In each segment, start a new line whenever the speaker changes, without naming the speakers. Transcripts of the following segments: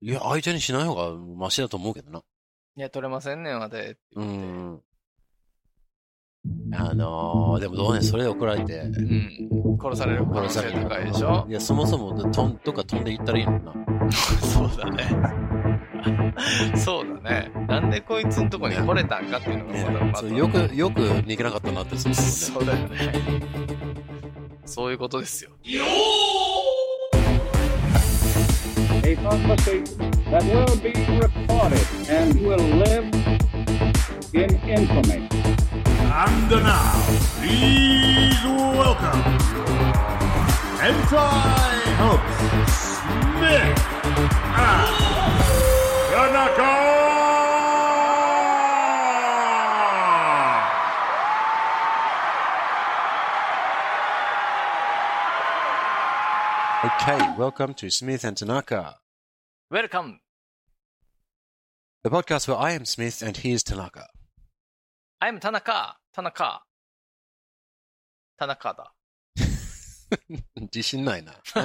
いや、相手にしない方がマシだと思うけどな。
いや、取れませんねん、わて。
う
うん。
ん。あのー、でもどうね、それで怒られて、
殺される可能
殺さ
性
れた
高いでしょ
いや、そもそも、とん、どっか飛んでいったらいいのにな。
そうだね。 そうだね。なんでこいつんとこに来れたんかっていうのがまだ
ね
まだ
そうよく、よく逃げなかったなって、そもそ
そ
も
うだよね。そういうことですよ。
a conversation that will be recorded and will live in infamy.
And now, please welcome Hentai Host Smith and Tanaka!
ね。Okay, welcome to Smith and Tanaka,
Welcome!
the podcast where I am Smith and he is Tanaka.
I'm 田中田中田中だ。
自信ない な。 田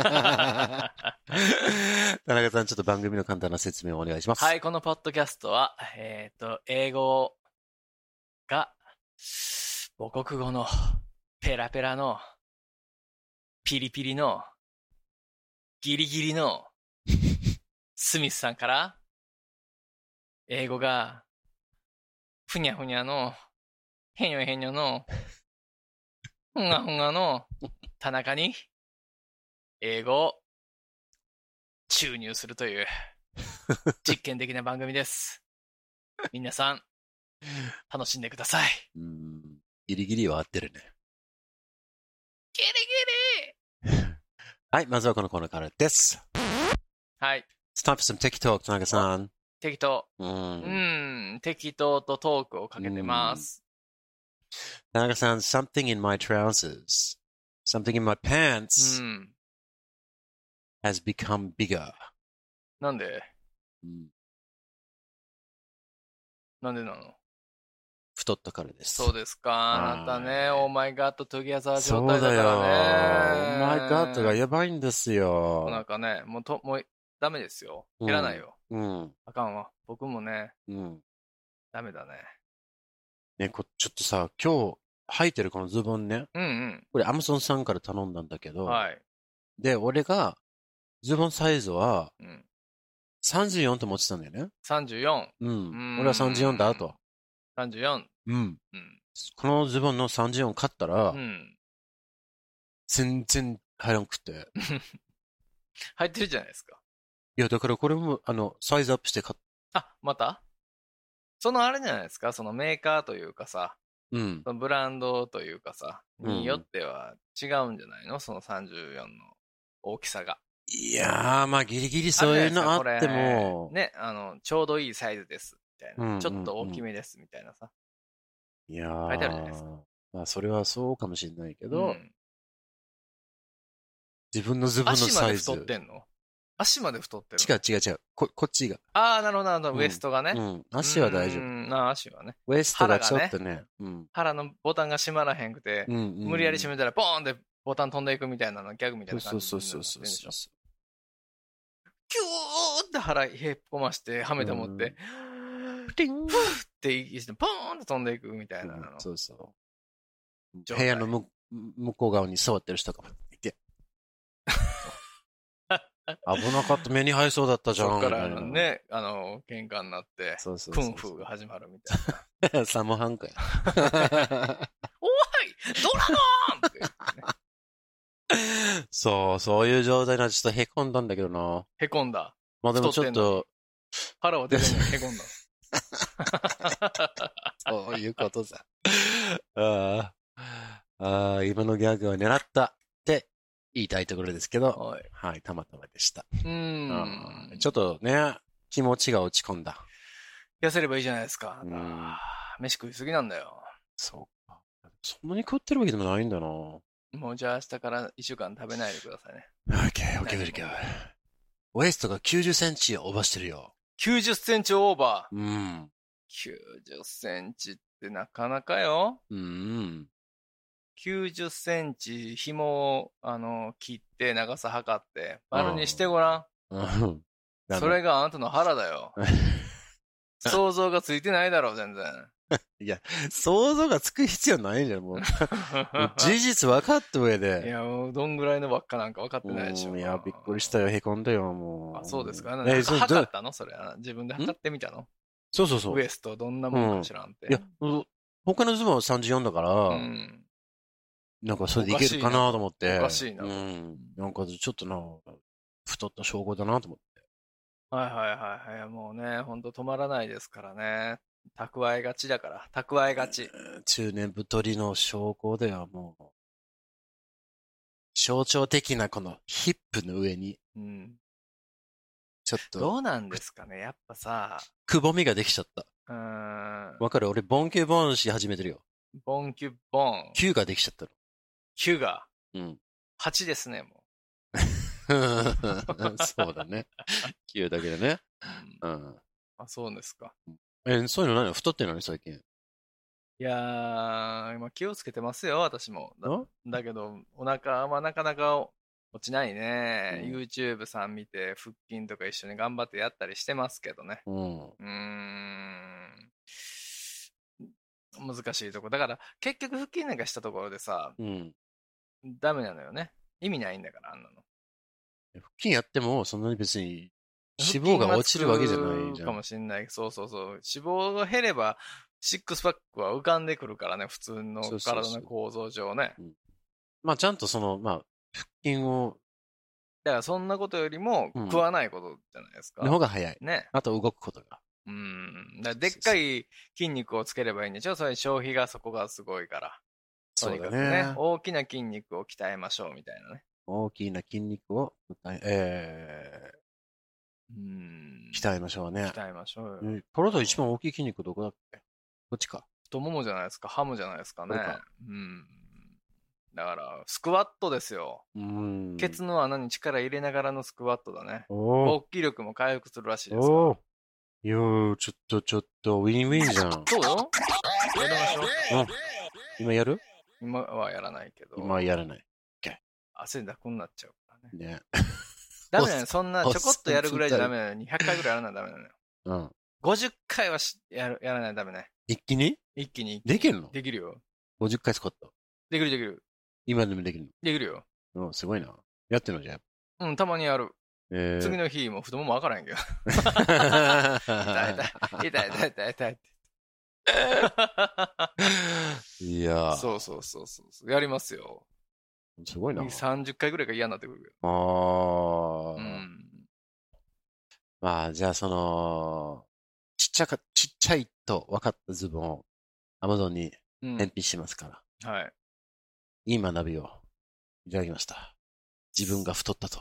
中さん、ちょっと番組の簡単な説明をお願いします。
はい、このポッドキャストは、えっ、と、英語が、母国語の、ペラペラの、ピリピリの、ギリギリの、スミスさんから、英語が、ふにゃふにゃの、へにょへにょの、ふがふがの、田中に、英語を注入するという。実験的な番組です。皆さん、楽しんでください。
うんギリギリは合ってるね。
ギリギリ
はい、まずはこのコーナーからです。
はい、
It's time for some TikTok, 田中さん。
適当。
う。
うんん、適当とトークをかけてます。
田中さん、something in my trousers, something in my
う
pants
ん。
has become bigger.
なんでなんでなの
太ったからです。
そうですか。あなたね、オーマイガッドトゥギャザー
そ
状
う
態だ
だ
か
よ。
らね。
マイガットがやばいんです
なん
よ。
かね、もうと、もう、ダメですよ。減らないよ。
うん。
あかんわ。僕もね、
うん。
ダメだね。
ね、こちょっとさ、今日履いてるこのズボンね。
うん
これアマゾンさんから頼んだんだけ
う
ど。
ん。はい。
で、俺がズボンサイズは
うん。
34と思ってたんだよね。
34。
うんん。俺は34だと。
34。
うん。
うん。
このズボンの34買ったら、
うん。
全然入らんくって。
入ってるじゃないですか。
いや、だからこれも、あの、サイズアップして買っ
あ、またそのあれじゃないですか、そのメーカーというかさ、
うん。
そのブランドというかさ、
うん
によっては違うんじゃないのその34の大きさが。
いやー、まあギリギリそういうのあ
る
って
じゃないですか
も
これ、ね、あの、ちょうどいいサイズです、みたいな。
うんうんうん
ちょっと大きめです、みたいなさ。
いや
書いてあるじゃないです
ー、まあそれはそうかもしれないけど、
うん
自分のズボンの
足ま
サ
で
イズ。
太っ
違
てんの足まで太ってるの
う違う違う。こ、こっちが。
ああ、なるほど、なるほ
う
ど。
ん
ウエストがね。
うん。足は大丈
う
夫。
んあー足はね。
ウエストがちょっとね、うん。
腹のボタンが閉まらへんくて、
うんうんうん
無理やり閉めたら、ボーンってボタン飛んでいくみたいなの、ギャグみたいな
そ
感
う
じ
そ
に
う
な
そう
って
そ
る
う
でし
そう。。
ょキューって腹へっこまして、はめて持って、
ティン
って息して、ポーンって飛んでいくみたいなの。
そうそう。
状
部
態
屋のむ向こう側に座ってる人がい て。危なかった、目に入りそうだったじゃん。
そっからあ
みた
の
いな。
ね、あの、喧嘩になって、
そうそう
ク
そうそ
ン
う。
フーが始まるみたい な。
が。サムハンかよ。
おいドラゴンって、
そう、そういう状態なんでちょっとへこんだんだけどな。
へこんだ。
まあでもちょっと、
腹を出てんのに へこんだ。
そういうこと さ。ああああ、今のギャグを狙ったって言いたいところですけど、
はい。
はい、たまたまでした。
う
あ
ー
あ
ん。
ちょっとね、気持ちが落ち込んだ。
痩せればいいじゃないですか。
うん
飯食いすぎなんだよ。
そうか。そんなに食ってるわけでもないんだな。
もうじゃあ明日から一週間食べないでくださいね。
OK, OK, OK. ウエストが90センチオーバーしてるよ。
90センチオーバー。
うん。
90センチってなかなかよ。
うん。
90センチ紐を、あの、切って長さ測って、丸にしてごらん。
うんなの
それがあなたの腹だ よ。想像がついてないだろう、全然。
想像がつく必要ないんじゃん、も う。事実分かった上
い
で。
や、もうどんぐらいの輪っかなんか分かってないでし
う
ょ。
んいや、びっくりしたよ、へこんだよ、もう。
あ、そうですか。なんか
え、そう
測っ
ど
たのそれ。自分で測ってみたの
そうそうそう。
ウ
い
エストどんなもんか知らんって。
や、う他のズボンは34だから、
うん。
なんかそれでいけるかなと思って。
おかしいな
うん。なんかちょっとな、太った証拠だなと思って。
はいはいはいはい。もうね、ほんと止まらないですからね。蓄えがちだから。蓄えがち。
中年太りの証拠ではもう、象徴的なこのヒップの上に、
うん。
ちょっと、
どうなんですかねやっぱさ、
くぼみができちゃった。
うーん。
わかる俺、ボンキュボンし始めてるよ。
ボンキュッボン。
9ができちゃった
9が
の。うん。
8ですね、も
そうだね。9だけでね。
う。う
う
ん
ん。
あ、そうですか。
え、そういうのないの太ってないの最近。
いやー、今気をつけてますよ、私も。だだけど、お腹はなかなか落ちないね。
うん
YouTube さん見て、腹筋とか一緒に頑張ってやったりしてますけどね。
うん。
うーん。難しいとこ。だから、結局腹筋なんかしたところでさ、
うん。
ダメなのよね。意味ないんだから、あんなの。
腹筋やっても、そんなに別に脂肪が落ちるわけじゃない
腹筋はつ
じ
く
ゃ
か
ん
も。しんない。そうそうそう。脂肪が減れば、シックスパックは浮かんでくるからね、普通の
そうそう
体
そう
の構造上ね。
まあ、ちゃんとその、まあ、腹筋を、
だからそんなことよりも
うん
食わないことじゃないですか。
の方が早い。
ね。
あと動くことが。
うん。だからでっかい筋肉をつければいいんでしょそれ消費がそこがすごいから。とにかく大きな筋肉を鍛えましょうみたいなね。
大きな筋肉を、え
うん。
ー、鍛えましょうね。
鍛えましょうよ。
うん体で一番大きい筋肉どこだっけこっちか。
太ももじゃないですか。ハムじゃないですかね
そうか。
うん。だから、スクワットですよ。
うん
ケツの穴に力入れながらのスクワットだね。
おー
勃起力も回復するらしいですから。
おーいやーちょっとちょっと、ウィンウィンじゃん。
そうよ。やりましょう。
今やる
今はやらないけど。
今はやらない。
汗だくになっちゃうからね。
ね。
ダメなのよ
お
そんなちょこっとやるぐらいじゃダメなのに、100回ぐらいやらないとダメなのよ。
うん。
50回はしやるやらないとダメね。
一気に
一気に。
できるの
できるよ。
?50 回スクワット。
できるできる。
今でもできる
できるよ。
のうん、すごいな。やってるのじゃん。
うん、たまにやる。
えー、
次の日も太ももわからへんけど。痛い痛い。痛い痛い痛い痛い って。
いやー
そうそうそうそう。やりますよ。
すごいな。
30回ぐらいが嫌になってくるけ
ああ、
ど。うん。
まあ、じゃあ、その、ちっちゃか、ちっちゃいと分かったズボンを Amazon に
うん、
返品しますから、
はい。
いい学びをいただきました。自分が太ったと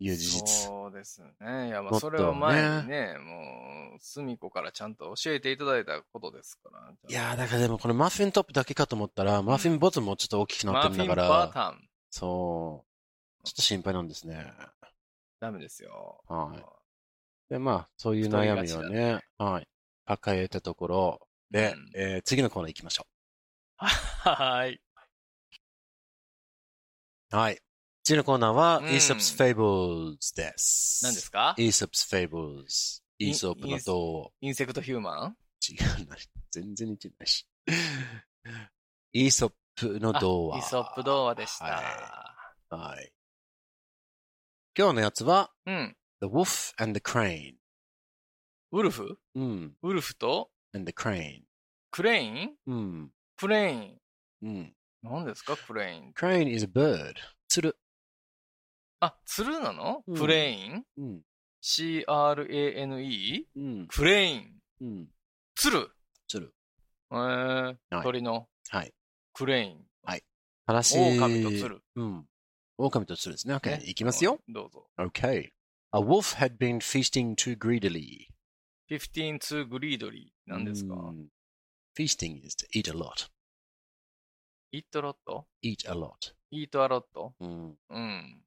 いう事実。
そうですね。いや、ま
も
あ、
っと
それは前にね、もう、すみこからちゃんと教えていただいたことですから。
いやー、だからでもこれマフィントップだけかと思ったら、マフィンボトムもちょっと大きくな
マ
っ
ー
て
フ
る
ィ
んだ
ン・
か
バー
ら、
タン。
そう、ちょっと心配なんですね。
ダメですよ。
はいで、まあ、そういう悩みをね、はい、抱えたところで、
うん
えー次のコーナー行きましょ
はい。
う。はい。次のコーナーは、
うん
Aesop's Fables です。
何ですか
エイソップス・フェイブルズ。
イ
イーソップの 童
インセクトヒューマン
話。 違うな。全然似てないし。イーソップ
Ah,
の童話。
イソップ童話でした。
ははい。今日のやつは、
うん。
The Wolf and the Crane。
ウルフ
うん。
ウルフと
and the Crane。Hmm,
クレイン
うん。
クレイン。
うん。
何ですかクレイン。
hmm. Crane is a bird. 鶴。
あ、鶴なの、
うん
クレイン
うん。
?C-R-A-N-E?
うん。
クレイン。
うん。
鶴
鶴。
えー、
はい
鳥の
はい。
クレイン。
話。
狼と鶴。
うん。狼と鶴ですね。OK。
ね
いきますよ。。
どうぞ。
OK。A wolf had been feasting too greedily.
15 to グリードリー。何ですか、
うん Feasting is to eat a lot.
イットロット
Eat a lot.
イートアロット
うん
うん。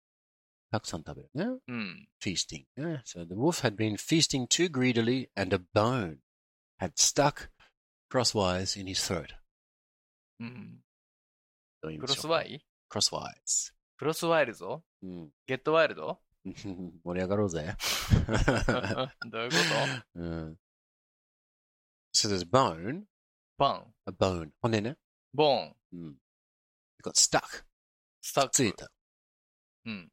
たくさん食べるね。
うん。
Feasting. ね So the wolf had been feasting too greedily and a bone had stuck crosswise in his throat.
うん。
どういう意味
ク
で
ロ
しょ
ス
う
ワ
か
イ
?crosswise.
クロスワイルド
うん
ゲットワイルド
盛り上がろう ぜ。
どういうこと
うん。So there's bone,
バン、
a bone. 骨ね。
ボン、
うん。It got stuck.
スタック。
つい。た。
うん。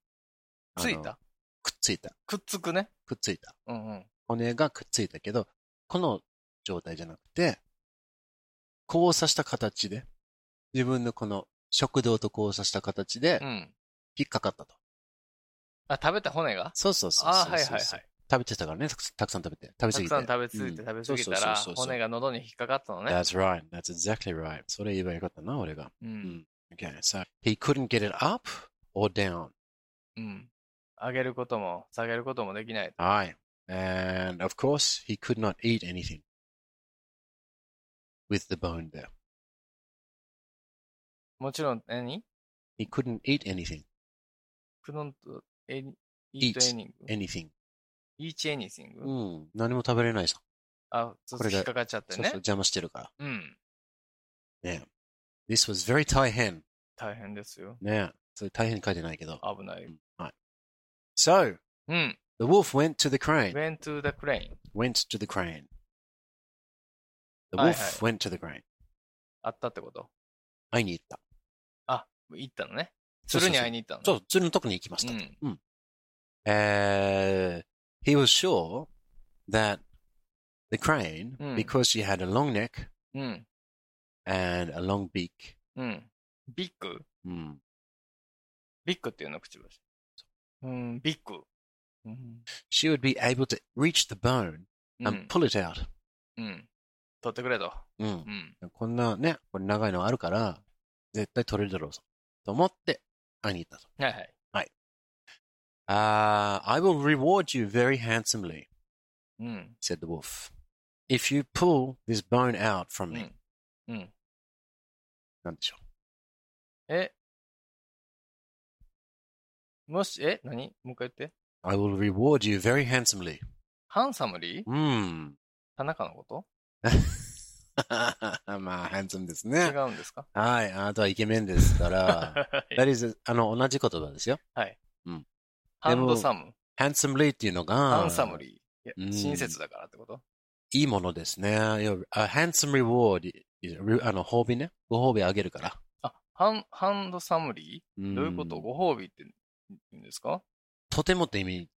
あの
ついた
くっついた。
くっつくね。
くっついた。
うんうん。
骨がくっついたけど、この状態じゃなくて、交差した形で、自分のこの食道と交差した形で
うん。
引っかかったと。
あ、食べた骨が
そうそうそうそう
あ
そう
ーはいはいはい。
食べてたからね、たくさんたくさん食べて。食べ
た
過ぎ
く
て。
さん食べ過ぎて
うん
食べ過ぎたら、
そうそうそうそう
骨が喉に引っかかったのね。
That's right. That's exactly right. それ言えばよかったな、俺が。
うん。
Okay, so he couldn't get it up or down.
うん。上げることも下げることもできない。
Aye. And of course, he could not eat anything with the bone there.
もちろん、何
He couldn't eat anything.
クノンと、エニ、イート
Eat
エニング
Anything.
イーチエニシング
うん。何も食べれないさ。
あ、ちょっ
ことれが
引っかかっちゃって
そうそう、
ね。
邪魔してるから。
うん。
ねえ This was very 大変。
大変ですよ。
ねえそれ大変書いてないけど。
危ない。
So,
うん。
the wolf went to the crane.
went to the crane.
Went to the crane. The
はいはい
wolf went to the crane.
あったってこと
会いに行った。
行ったのね。
そうそうそう
鶴に会いに行ったの。
そう、釣りのとこに行きました
う
と。
ん。
Uh, he was sure that the crane,
Mm.
because she had a long neck
うん。
and a long beak,
うん。ビッグ
mm,
ビッグっていうの、口ばし。うん、ビッグ。うん。
she would be able to reach the bone
う
and
ん。
pull it out. Mm.
うん。取ってくれと。
うん
うん。
こんなね、これ長いのあるから、絶対取れるだろうぞと思って会いに行ったと。
はいはい。
Uh, I will reward you very handsomely,
うん。
said the wolf, if you pull this bone out from
う
me.
ん。うん。
なんでしょ
えもし、え何もう一回言っ
う。
て。
I will reward you very handsomely.
ハンサムリー
うん。
田中のこと
まあ、ハンサムです
違
ね。
うんですか
はい、あなたはイケメンです から。that is, あの、同じ言葉ですよ。
ハンドサム。
handsomely っていうのが、
ハンサムリー。
う
い
ん
や親切だからってこと
いいものですね。要は a handsome reward, あの、褒美ね。ご褒美あげるから。
あ、ハン、ハンドサムリ
うん
ーどういうことご褒美って言うんですか
とてもって意味。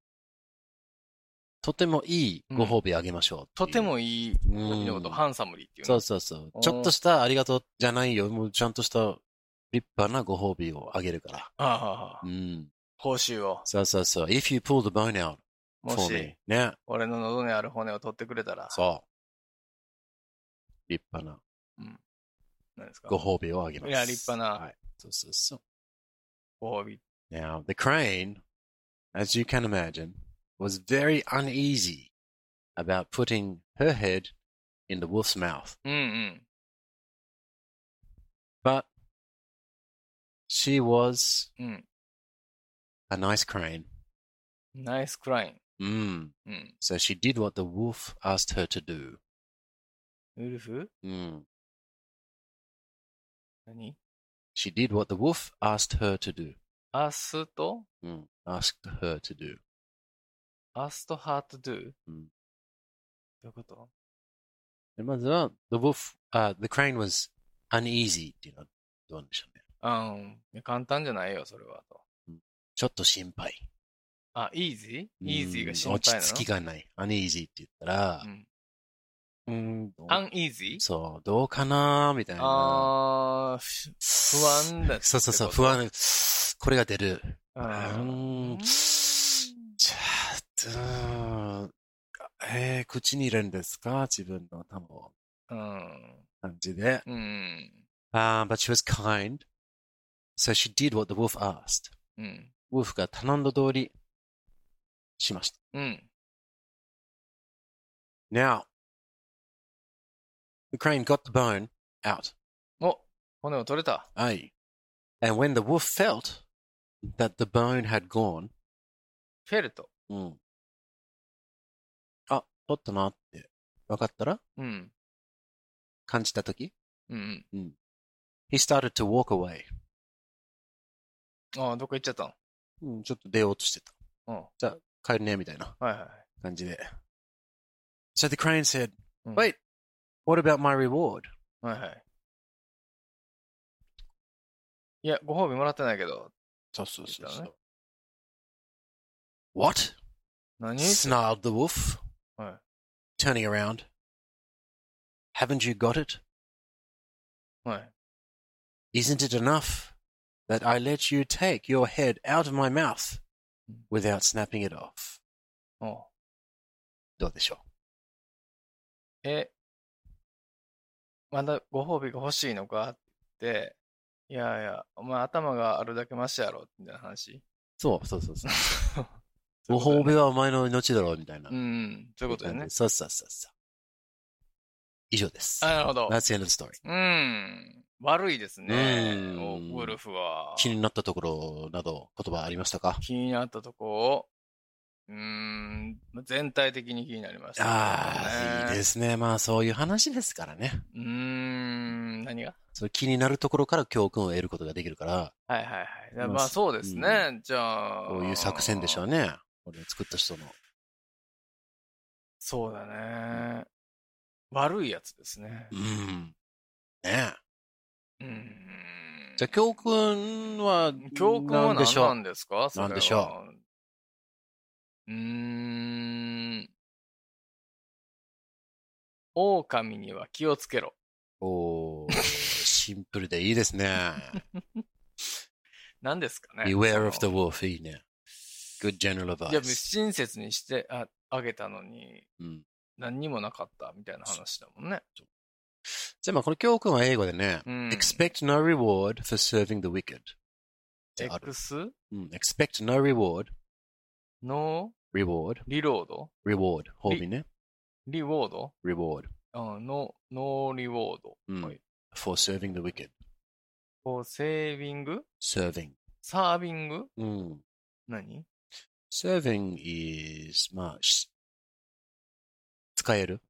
とてもいいご褒美あげましょう
とて
い
もいい
い。
時のこと、
うん
ハンサムリーっていう
そ
の
うそうそう
お。ー
ちょっとしたありがとうじゃないよ。もうちゃんとした立派なご褒美をあげるから。
ああ
う、ん。
報酬を。
そうそうそう。If you pull the bone out
も
for
し
me. ね。
俺の喉にある骨を取ってくれたら、
そう。立派な
何ですか
ご褒美をあげます。
いや立派な
はい。そうそうそう。
ご褒美。
Now, the crane, as you can imagine, was very uneasy about putting her head in the wolf's mouth,
うんうん。
but she was
うん。
a nice crane.
ナイスクライ
Mm.
ン。うん。
So she did what the wolf asked her to do.
ウルフ Hmm.
Mm.
何
She did what the wolf asked her to do.
アースと
Mm. Asked her to do.
アースとハートドゥど
うん
ういうこと
でまずは、the wolf, uh, the crane was uneasy っていうのはどうなんでしょうね。
うん。いや簡単じゃないよ、それは。と
ちょっと心配。Hmm.
あ、イージ
う
ー
ん
イージーが心配なの
落ち着きがない。uneasy って言ったら
う、ん。
うん、
アンイージー
そう、どうかなみたいな。
あー、ふ Ah, 不安だってこと。
そうそうそう、不安。これが出る。う
う
ー
ん。
ん、ちょっと、えー、口に入れるんですか自分の頭を。
うん。
感じで。
うん。
あ but she was kind. So she did what the wolf asked.
うん。
ウルフが頼んだ通りしました。
うん。
Now, the crane got the bone out.
お、骨を取れた。
Aye. And when the wolf felt that the bone had gone,
フェルト。
うん。あ、取ったなって分かったら
うん。
感じたとき
うん。
He started to walk away.
うん。あー、どっか行っちゃった
Hmm. うん、ちょっと出ようとしてた。
のうん。
帰るね、みたいな
はいはい。
感じで。So the crane said,
うん
Wait, what about my reward?
はいはい。いや、ご褒美もらってないけど。
そうそうそう
言った
そ
の
う。What?
何
snarled the wolf,
はい。
turning around. Haven't you got it?
はい。
Isn't it enough that I let you take your head out of my mouth without snapping it off?
おう
どうでしょ
え、まだご褒美が欲しいのかって、いやいや、お前頭があるだけマシやろ、みたいな話。
うそうそうそうそう。
そう い
ご
うこと
褒
だよ
美はお前の命だろうみたいな。
うん、そういうことだよね。
そうそうそうそう。以上です
あ、。なるほど。
That's the end of the story.
うん、悪いですね
う、ん
おウルフは。
気になったところなど言葉ありましたか
気になったとこを、うーん、全体的に気になりました、。
ああ、いいですすね。まあそういう話ですからね。
うーん、何が
そう気になるところから教訓を得ることができるから、
はいはいはい。
まあ
まあそうですね。じゃあ。
こういう作戦でしょうね。これを作った人の。
そうだね。悪いやつですね
う。ん。ねえ
うん。
じゃあ教訓は、
教訓は
何でし
何な
ょうん
ですかそれは
なんでしょ
う。うーん。狼には気をつけろ。
おーシンプルでいいですね。
何ですか ね
Beware of the
その
wolf, いいね。Good general
いや、
advice.
親切にしてああげたのに、
うん
何にもなかったみたいな話だもんね。
じゃあまあこの教訓は英語でね、
うん。
Expect no reward for serving the wicked. ってある
X
うん、expect no reward,
の
reward,
リロード
reward, 褒美ね、
リウォード
reward,
うん、ノー、ノーリウォード。
うん
はい。
for serving the wicked,
こう、セービング
serving.
サービング
うん。
何
serving is, まあ、し使える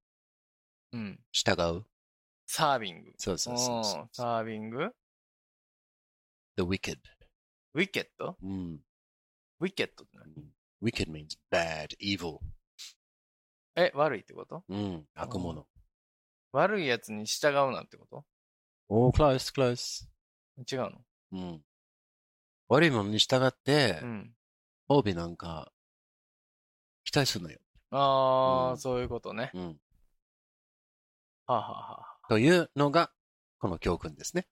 うん。
従う
サービング。
そうそうそう
うん
そう。
サービング
the wicked.
ウィケット
うん。
ウィケットって何
wicked means bad, evil. Hmm.
え、悪いってこと
うん。悪者。
悪いやつに従うなってこと
oh, close, close.
違うの
うん。悪いものに従って
う、ん。
褒美なんか、期待するのよ。
あー、
うん
そういうことね。
うん。
はあ、はあはあ、
というのが、この教訓ですね。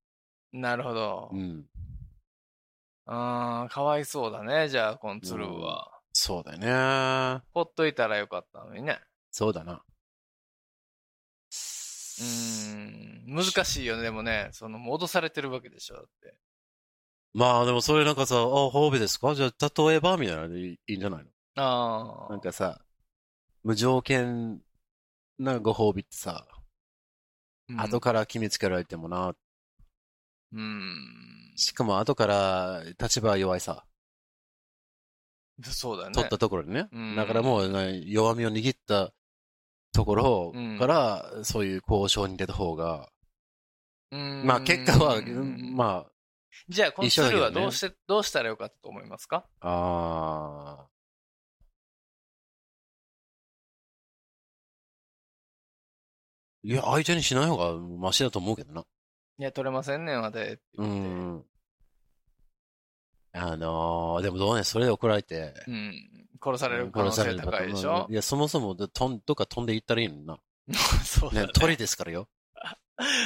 なるほど。
うん。
あー、かわいそうだね。じゃあ、この鶴は。
そうだね。
ほっといたらよかったのにね。
そうだな。
うーん。難しいよね。でもね、その、戻されてるわけでしょ。だって。
まあでもそれなんかさ、あ、褒美ですかじゃあ、例えばみたいなのでいいいいんじゃないの
ああ。
なんかさ、無条件なご褒美ってさ、
うん
後から決めつけられてもな、
うん。
しかも後から立場弱いさ、
そうだね。
取ったところでね。
うん
だからもうな弱みを握ったところから、そういう交渉に出た方が、
うん
まあ結果は、
あ。
ま
じゃあ、この
一緒だけ
鶴
どね
はどうして、どうしたらよかったと思いますか
あ、ああ、いや、相手にしない方がマシだと思うけどな。
いや、取れませんねん、まで。って
う
言って。
ん。あのー、でもどうね、それで怒られて、
うん殺される可能性高いでしょ
いや、そもそも、とん、どっか飛んでいったらいいのにな。
そうだ
ね
ね、。
鳥ですからよ。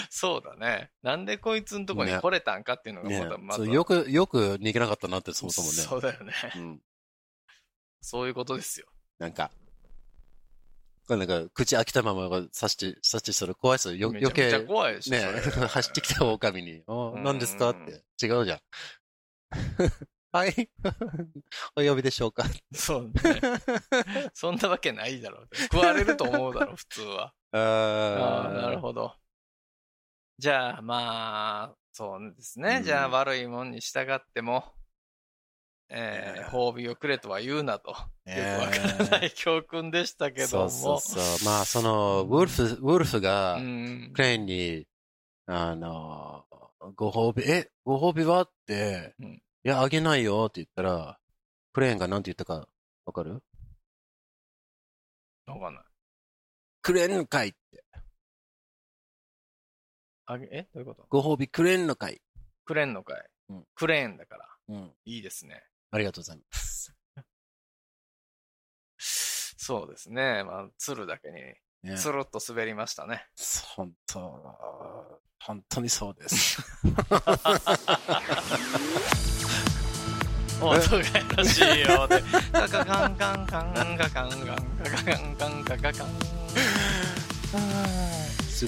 そうだね。なんでこいつのとこに
ね
来れたんかっていうのが
ね
また、ま
そ
た。
うよく、よく逃げなかったなって、そもそもね。
そうだよね。
うん。
そういうことですよ。
なんか、これなんか、口開けたまま刺して、刺してしたら怖いですよ。よ
めちゃ
余
めちゃ
計、
怖いでしょ。
ね、
そ れ
走ってきた狼に、あ
うん
何ですかって、違うじゃん。 はい お呼びでしょうか
そうね。そんなわけないだろう。食われると思うだろ、普通は。 あ
あ
あ、なる
ほ
ほど。じゃあ、まあ、そうですね。
うん
じゃあ、悪いもんに従っても、えー
ねえ
褒美をくれとは言うなと。
ど
よくわからない教訓でしたけども。
そうそうそう。まあ、その、ウルフ、ウルフが
う、ん
ク。レインに、あの、ご褒美、え、ご褒美はって、
うん
いや、あげないよって言ったら、クレインがなんて言ったか、わかる
わかんない。
くれんのかいって。
あげ、えどういうこと
ご褒美くれんのかい。
くれんのかい、
うん
くれんだから。
うん。
いいですね。
ありがとうございます。
そうですね。まあ、鶴だけに、
ね、
つるっと滑りましたね。
本当、本当にそうです。
音がよろしいようで。カカカンカンカンカカンカンカカカンカンカカカン。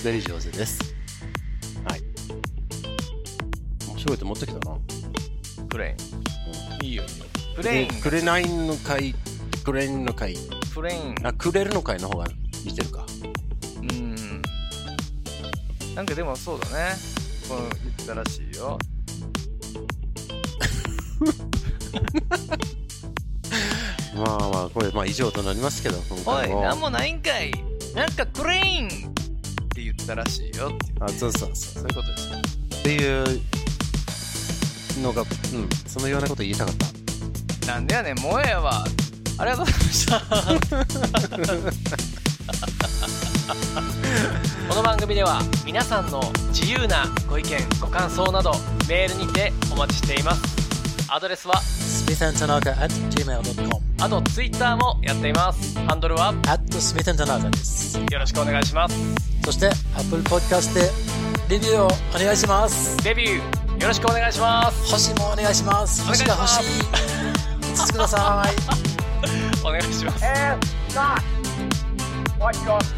滑り上手です。はい。面白いと思ってきたな。
クレイン。いいよ。クレイン
で。くれないのかい、くれんのかい、
クレイン。
あ、くれるのかいの方が似てるか。
うん。なんかでもそうだね。こう言ったらしいよ。
まあまあ、これ、まあ以上となりますけど、今
おい、
も
なんもないんかい。なんかクレインって言ったらしいよっていう。
あ、そうそうそう。
そういうことですね。
っていうのが、うん、そのようなこと言いたかった。
なんでやねん、萌えやわ。ありがとうございました。 この番組では皆さんの自由なご意見、ご感想などメールにてお待ちしています。アドレスは、
Smith and Tanaka at gmail.com
あとツイッターもやっています。ハンドルは
at Smith and Tanaka です。
よろしくお願いします。
そして、Apple Podcast でレビューをお願いします。
デビューよろしくお願いします。
星もお願いします。
お願い
星
し
が
ま
欲
す
しい。5つください。
お願いします。
Ask not what your